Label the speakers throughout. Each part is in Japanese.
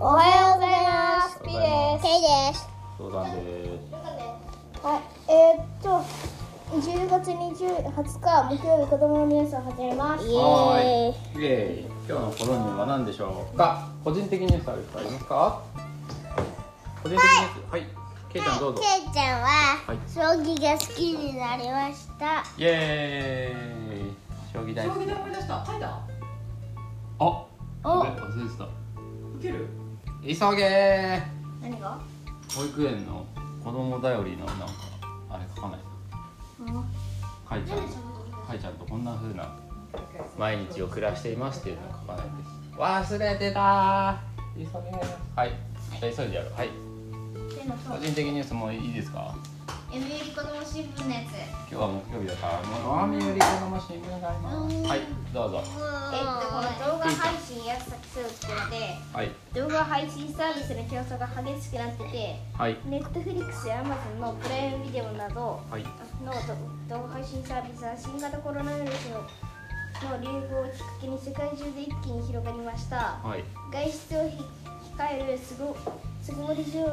Speaker 1: おはようございます。
Speaker 2: ピー
Speaker 1: ケイです。
Speaker 2: 相談です。
Speaker 1: はい、えー、っと、10月20 20日木曜日子供のニュースを始めます。
Speaker 2: はーい。イエーイ。今日のコロニーは何でしょうか。個人的ニュースある人ありますか。個人的ニュース。はい。けいちゃんどうぞ。
Speaker 1: ケイちゃん
Speaker 2: はい
Speaker 1: 将棋が好きになりました。
Speaker 2: イエーイ。将棋大
Speaker 3: 将
Speaker 2: 好き
Speaker 3: 棋。で思い出した。はいだ。
Speaker 2: あ。
Speaker 1: お
Speaker 2: あれ忘れてた。
Speaker 3: 受ける。
Speaker 2: 急げー。
Speaker 1: 何が？
Speaker 2: 保育園の子供頼りのなんかあれ書かないと。かいちゃん。かいちゃんとこんな風な毎日を暮らしていますっていうのを書かないです。忘れてたー。急げー。はい。じゃあ急いでやる。はい。
Speaker 1: 手の
Speaker 2: 個人的ニュースもういいですか
Speaker 1: MU 子供新聞のやつ。
Speaker 2: 今日は木曜日だからもう雨より子供新聞がありますはいどうぞ
Speaker 1: えっと、動画配信や作成をつけて、
Speaker 2: はい
Speaker 1: 動画配信サービスの競争が激しくなってて、
Speaker 2: はい
Speaker 1: ネットフリックスや Amazon のプライムビデオなど、
Speaker 2: はい
Speaker 1: の動画配信サービスは新型コロナウイルスのの流行をきっかけに世界中で一気に広がりました
Speaker 2: はい
Speaker 1: 外出をひ控える巣ご巣ごもり需要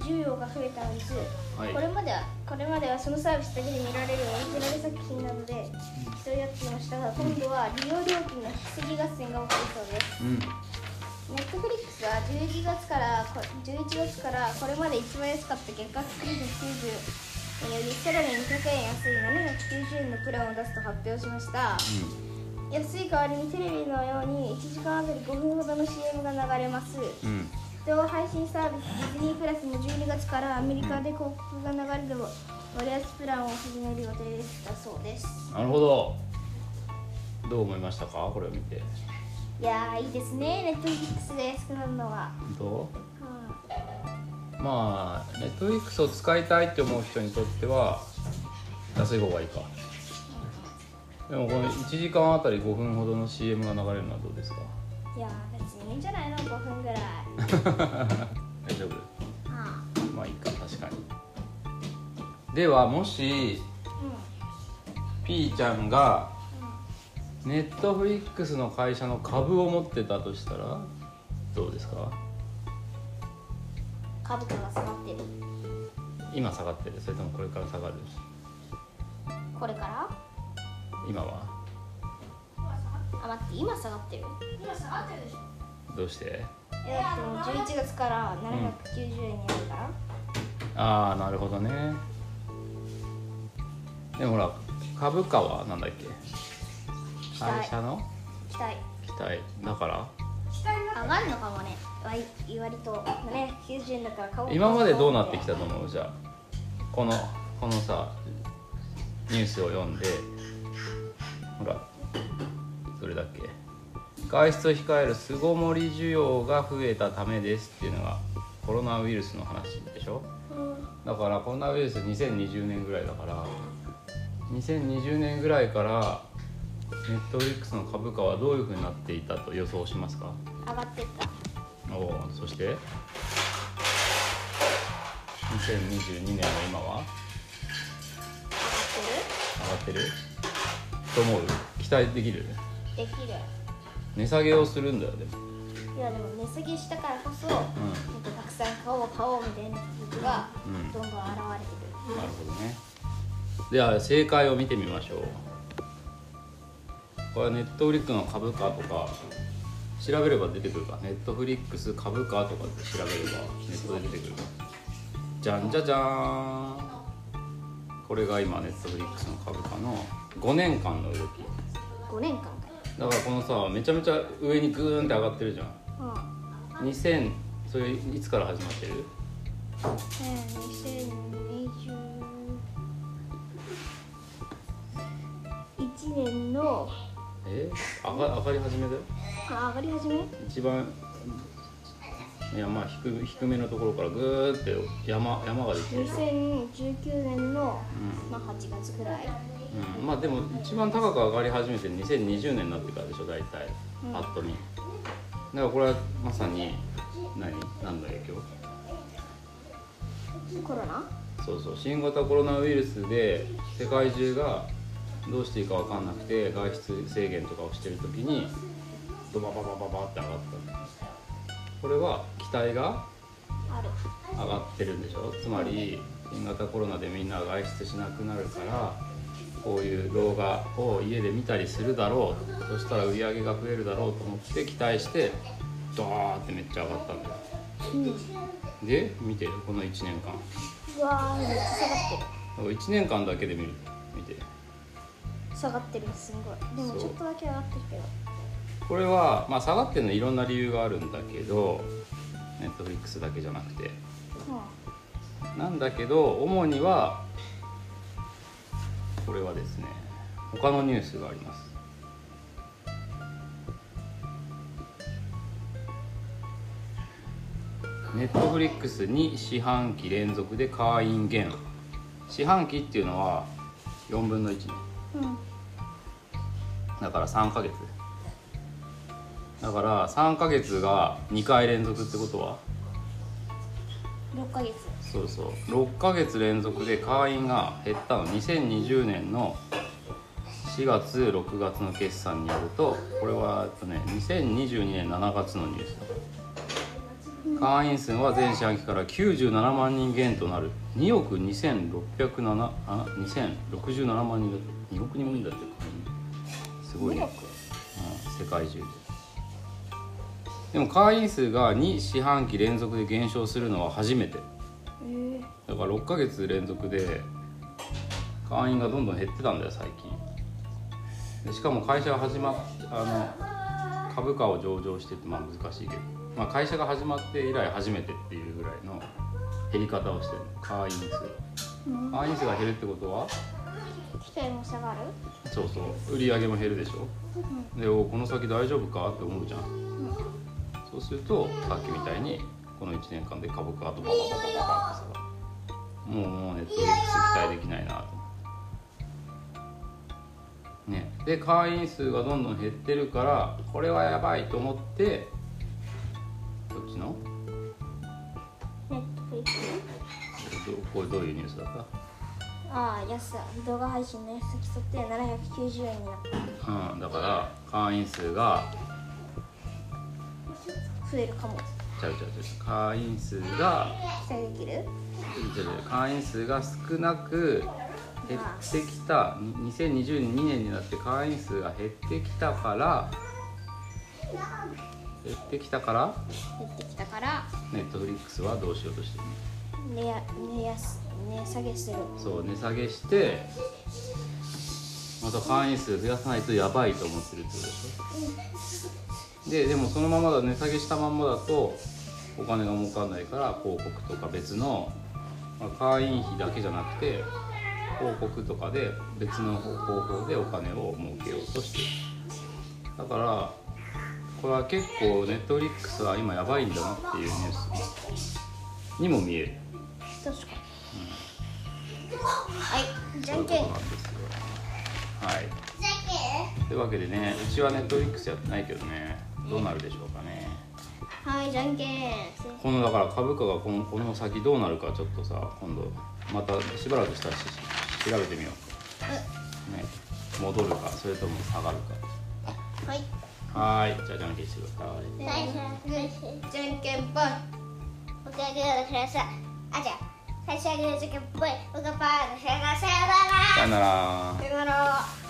Speaker 1: 需要が増えたんです、
Speaker 2: はい
Speaker 1: これまではこれまではそのサービスだけで見られるオリジナル作品などで競い合っていましたが今度は利用料金の引き継ぎ合戦が起こりそうです
Speaker 2: うん
Speaker 1: ネットフリックスは11月からこ11月からこれまで一番安かった月額990円よりさらに200円安い790円のプランを出すと発表しました安い代わりにテレビのように1時間あたり5分ほどの CM が流れます
Speaker 2: うんうん
Speaker 1: 動画配信サービスディズニープラスも12月からアメリカで広告が流れる割安プランを始める予定だそうです
Speaker 2: なるほどどう思いましたかこれを見て
Speaker 1: いやーいいですねネットフリックスが安くなるのは、
Speaker 2: どう
Speaker 1: うん
Speaker 2: まあネットフリックスを使いたいって思う人にとっては安い方がいいかでもこの1時間あたり5分ほどの CM が流れるのはどうですか
Speaker 1: いやー別にいいんじゃないの5分ぐらい
Speaker 2: 大丈夫
Speaker 1: あ
Speaker 2: まあいいか確かにではもし
Speaker 1: あうん
Speaker 2: ピーちゃんがネットフリックスの会社の株を持ってたとしたらどうですか
Speaker 1: 株価が下がってる
Speaker 2: 今下がってるそれともこれから下がる
Speaker 1: これから
Speaker 2: 今は
Speaker 1: あ待って今下がってる
Speaker 3: 今下がってるでしょ。
Speaker 2: どうして
Speaker 1: えだってもう11月から790円になるから、
Speaker 2: ああなるほどねでもほら株価はなんだっけ
Speaker 1: 期
Speaker 2: 会
Speaker 1: 待
Speaker 2: 社の
Speaker 1: 期待
Speaker 2: 期待だから
Speaker 3: 期待が。
Speaker 1: 上がるのかもねわい割とね90円だから買おう
Speaker 2: 今までどうなってきたと思うじゃあこのこのさニュースを読んでほらどれだっけ外出を控える巣ごもり需要が増えたためですっていうのがコロナウイルスの話でしょ
Speaker 1: うん
Speaker 2: だからコロナウイルス2020年ぐらいだから2020年ぐらいからネットフリックスの株価はどういうふうになっていたと予想しますか
Speaker 1: 上がってった
Speaker 2: おおそして2022年の今は上がってると思う期待できる
Speaker 1: 上がってるできる
Speaker 2: 値下げをするんだよでも
Speaker 1: いやでも値下げしたからこそ、
Speaker 2: うん
Speaker 1: もっとたくさん買おう買おうみたいな気持ちが
Speaker 2: うん
Speaker 1: どんどん現れてくる、
Speaker 2: なるほどねでは正解を見てみましょうこれはネットフリックスの株価とか調べれば出てくるかネットフリックス株価とかで調べればネットで出てくるかじゃんじゃじゃーんこれが今ネットフリックスの株価の5年間の動き
Speaker 1: 5年間か
Speaker 2: だからこのさめちゃめちゃ上にグーンって上がってるじゃん
Speaker 1: ようん
Speaker 2: 2000それいつから始まってる
Speaker 1: 2020年の
Speaker 2: え上が上がり始めだよ
Speaker 1: あ上がり始め
Speaker 2: 一番いやまあ低め低めのところからぐーって山山ができてる、
Speaker 1: 2019年の、まあ、8月ぐらい
Speaker 2: うん、まあでも一番高く上がり始めて2020年になってからでしょ大体
Speaker 1: うん
Speaker 2: ぱっと見だからこれはまさに何何の影響
Speaker 1: コロナ
Speaker 2: そうそう新型コロナウイルスで世界中がどうしていいか分かんなくて外出制限とかをしてる時にドバババババって上がったこれは期待が
Speaker 1: ある
Speaker 2: 上がってるんでしょつまり新型コロナでみんな外出しなくなるからこういう動画を家で見たりするだろうそしたら売り上げが増えるだろうと思って期待してドーってめっちゃ上がったんだよ
Speaker 1: うん
Speaker 2: で見てこの1年間
Speaker 1: うわーめっちゃ下がってる
Speaker 2: 1年間だけで見る見て
Speaker 1: 下がってるのすごいでもちょっとだけ上がってるけど
Speaker 2: これは、まあ、下がってるのはいろんな理由があるんだけどネットフリックスだけじゃなくて
Speaker 1: う
Speaker 2: なんだけど主にはこれはですね他のニュースがありますネットフリックスに四半期連続で会員減四半期っていうのは4分の1ね
Speaker 1: んうん
Speaker 2: だから3ヶ月だから3ヶ月が2回連続ってことは
Speaker 1: 6ヶ月
Speaker 2: そうそう6ヶ月連続で会員が減ったの2020年の4月6月の決算によるとこれはえっとね2022年7月のニュースだ会員数は前四半期から97万人減となる2億2607あ2067万人だって2億人もいるんだって会員すごいね
Speaker 1: 2億
Speaker 2: うん世界中ででも会員数が2四半期連続で減少するのは初めて
Speaker 1: えー、
Speaker 2: だから6ヶ月連続で会員がどんどん減ってたんだよ最近でしかも会社が始まっあの株価を上場してってまあ難しいけど、まあ、会社が始まって以来初めてっていうぐらいの減り方をしてる会員数
Speaker 1: うん
Speaker 2: 会員数が減るってことは
Speaker 1: 期待も下がる
Speaker 2: そうそう売り上げも減るでしょでおこの先大丈夫かって思うじゃん、そうするとさっきみたいにこの1年間で株価がドババババババってさもうもうネットフリックス期待できないなとねで会員数がどんどん減ってるからこれはやばいと思ってこっちの
Speaker 1: ネットフリックス
Speaker 2: どこれどういうニュースだった
Speaker 1: ああ安さ動画配信の安さ競って790円になった
Speaker 2: うん、だから会員数が
Speaker 1: 増えるかも
Speaker 2: ちゃうちゃうちゃう会員数が
Speaker 1: 期待できる
Speaker 2: 会員数が少なく減ってきたに2022年になって会員数が減ってきたから減ってきたから
Speaker 1: 減ってきたから
Speaker 2: ネットフリックスはどうしようとしてる
Speaker 1: 値や値やす値下げしてる
Speaker 2: そう値下げしてまた会員数増やさないとやばいと思ってるってことでしょででもそのままだ値下げしたまんまだとお金が儲かんないから広告とか別の、まあ会員費だけじゃなくて広告とかで別の方法でお金を儲けようとしてるだからこれは結構ネットフリックスは今やばいんだなっていうニュースにも見える
Speaker 1: 確かはいじゃんけん
Speaker 2: そういうことなんですよはいというわけでねうちはネットフリックスやってないけどねどうなるでしょうかね
Speaker 1: はいじゃんけん
Speaker 2: このだから株価がこのこの先どうなるかちょっとさ今度またしばらくしたらし調べてみようね戻るかそれとも下がる
Speaker 1: はい
Speaker 2: かはーいじゃあじゃんけんしてください
Speaker 1: じゃんけんぽい
Speaker 4: 僕がグーのフランスあじゃあ最初はグーのチョキっぽい僕がパーのフランスさよなら
Speaker 2: さよなら
Speaker 1: さよなら